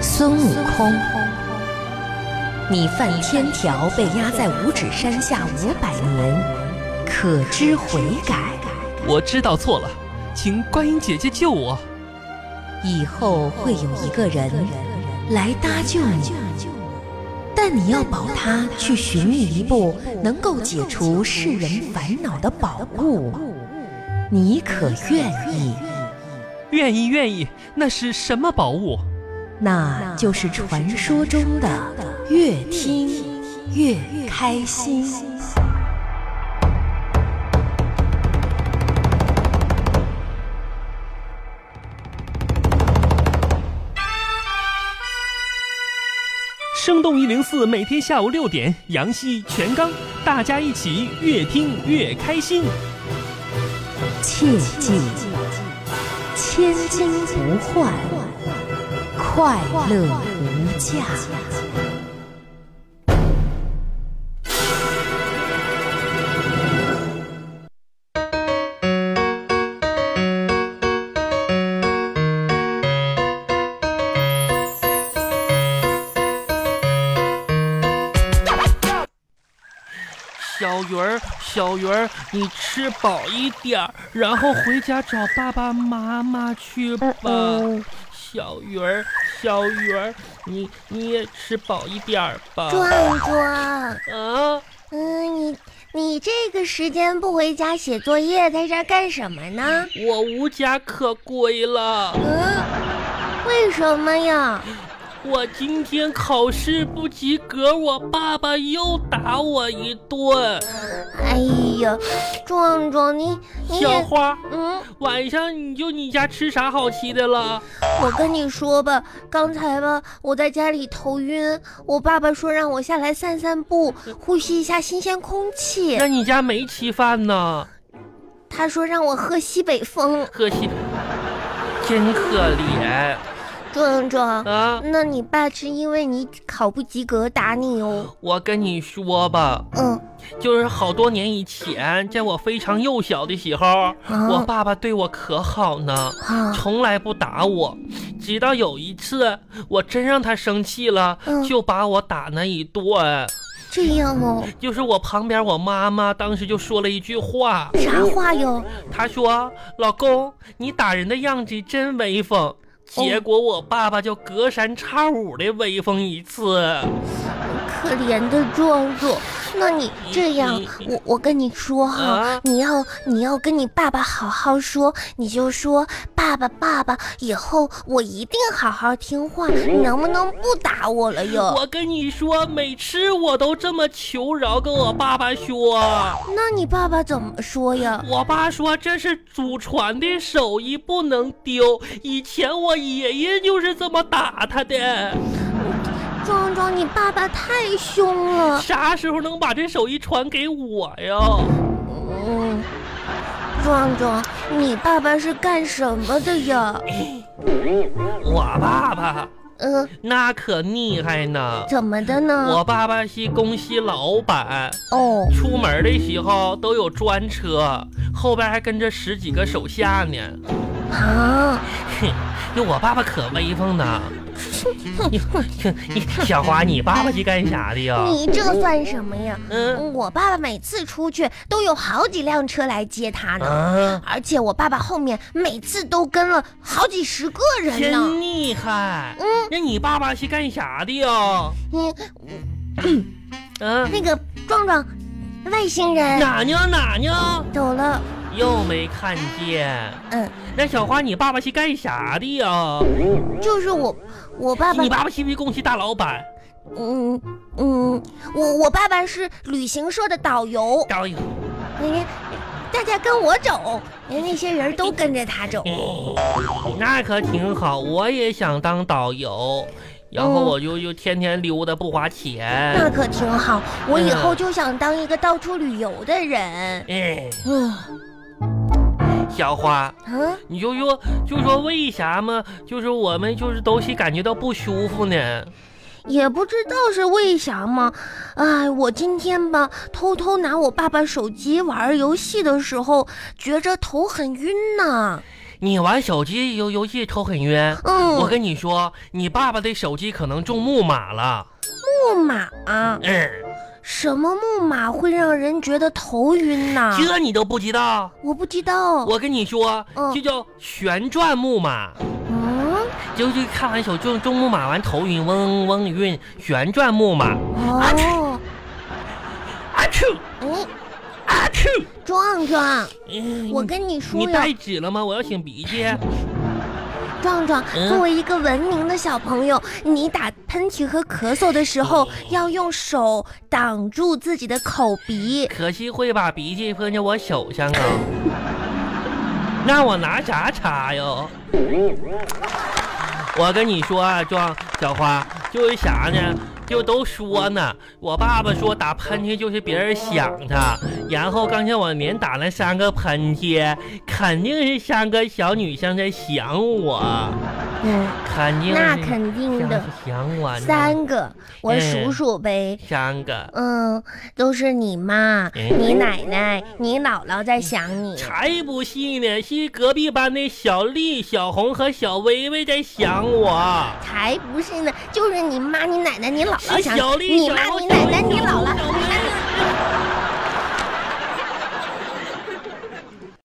孙悟空，你犯天条被压在五指山下五百年，可知悔改？我知道错了，请观音姐姐救我。以后会有一个人来搭救你，但你要保他去寻觅一部能够解除世人烦恼的宝物，你可愿意？愿意，愿意。那是什么宝物？那啊就是传说中的越听越开心。生动一零四每天下午六点，杨希、全刚，大家一起越听越开心。切记，千金不换，快乐无价。小鱼儿，小鱼儿，你吃饱一点儿，然后回家找爸爸妈妈去吧。小鱼儿，小鱼儿，你你也吃饱一点儿吧。壮壮，啊，嗯，你你这个时间不回家写作业，在这儿干什么呢？我无家可归了，嗯，为什么呀？我今天考试不及格，我爸爸又打我一顿。哎呀，壮壮，你你小也，花，嗯，晚上你就你家吃啥好吃的了？我跟你说吧，刚才吧，我在家里头晕，我爸爸说让我下来散散步，呼吸一下新鲜空气那，你家没吃饭呢？他说让我喝西北风。可惜，真可怜壮壮，啊！那你爸是因为你考不及格打你哦？我跟你说吧，嗯，就是好多年以前，在我非常幼小的时候，我爸爸对我可好呢，啊从来不打我。直到有一次，我真让他生气了，嗯就把我打那一顿。这样哦，就是我旁边我妈妈当时就说了一句话，啥话哟？她说：“老公，你打人的样子真威风。”结果我爸爸就隔三差五的威风一次。可怜的壮壮，那你这样你，你我我跟你说哈、啊你要你要跟你爸爸好好说，你就说爸爸爸爸，以后我一定好好听话，你能不能不打我了哟？我跟你说，每次我都这么求饶，跟我爸爸说，那你爸爸怎么说呀？我爸说这是祖传的手艺，不能丢。以前我爷爷就是这么打他的。壮壮，你爸爸太凶了，啥时候能把这手艺传给我呀？嗯，壮壮，你爸爸是干什么的呀？我爸爸嗯、那可厉害呢，怎么的呢？我爸爸是公司老板。哦，出门的时候都有专车，后边还跟着十几个手下呢。啊，哼，就我爸爸可威风呢。你你小花，你爸爸是干啥的呀？你这算什么呀？嗯我爸爸每次出去都有好几辆车来接他呢，啊，而且我爸爸后面每次都跟了好几十个人呢。真厉害。那你爸爸是干啥的呀？嗯，嗯，那个壮壮，外星人哪呢哪呢？走了。又没看见。嗯，那小花，你爸爸是干啥的呀？就是我，我爸爸你，爸爸是不是公司大老板？嗯嗯，我我爸爸是旅行社的导游，导游。嗯人家大家跟我走，人家那些人都跟着他走。嗯那可挺好，我也想当导游，然后嗯我就就天天溜达不花钱。那可挺好，我以后嗯就想当一个到处旅游的人。哎，嗯小花，嗯。你就说就说为啥嘛？就是我们就是都是感觉到不舒服呢？也不知道是为啥嘛，哎，我今天吧偷偷拿我爸爸手机玩游戏的时候，觉着头很晕呐、你玩手机游游戏头很冤。嗯，我跟你说，你爸爸的手机可能中木马啊了。木马、嗯，什么木马会让人觉得头晕呐、这你都不知道？我不知道。我跟你说哦嗯，这叫旋转木马，嗯，就是看完手中中木马完头晕，嗡嗡晕，旋转木马。哦，啊嚏哎，啊嚏！壮壮，嗯我跟你说你呀带，纸了吗？我要擤鼻涕。壮壮，嗯作为一个文明的小朋友，你打喷嚏和咳嗽的时哦候要用手挡住自己的口鼻。可惜会把鼻涕喷在我手上啊！那我拿啥擦哟？我跟你说啊，壮小花，就是啥呢？就都说呢，我爸爸说打喷嚏就是别人想他，然后刚才我连打了三个喷嚏，肯定是三个小女生在想我，嗯，肯定是那肯定的，想我呢三个，我嗯数数呗。三个，嗯，都是你妈、嗯你奶奶、你姥姥在想你。才不信呢，是隔壁班的小丽、小红和小薇薇在想我。才不是呢，就是你妈、你奶奶、你姥姥是想小你丽、你小妈、红 你奶奶、你姥姥。小薇